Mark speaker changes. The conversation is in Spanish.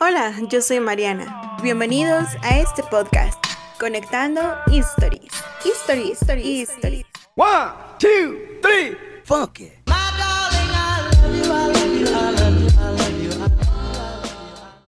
Speaker 1: Hola, yo soy Mariana. Bienvenidos a este podcast, Conectando Histories. Histories, Stories, Stories.
Speaker 2: One, two, three, fuck it.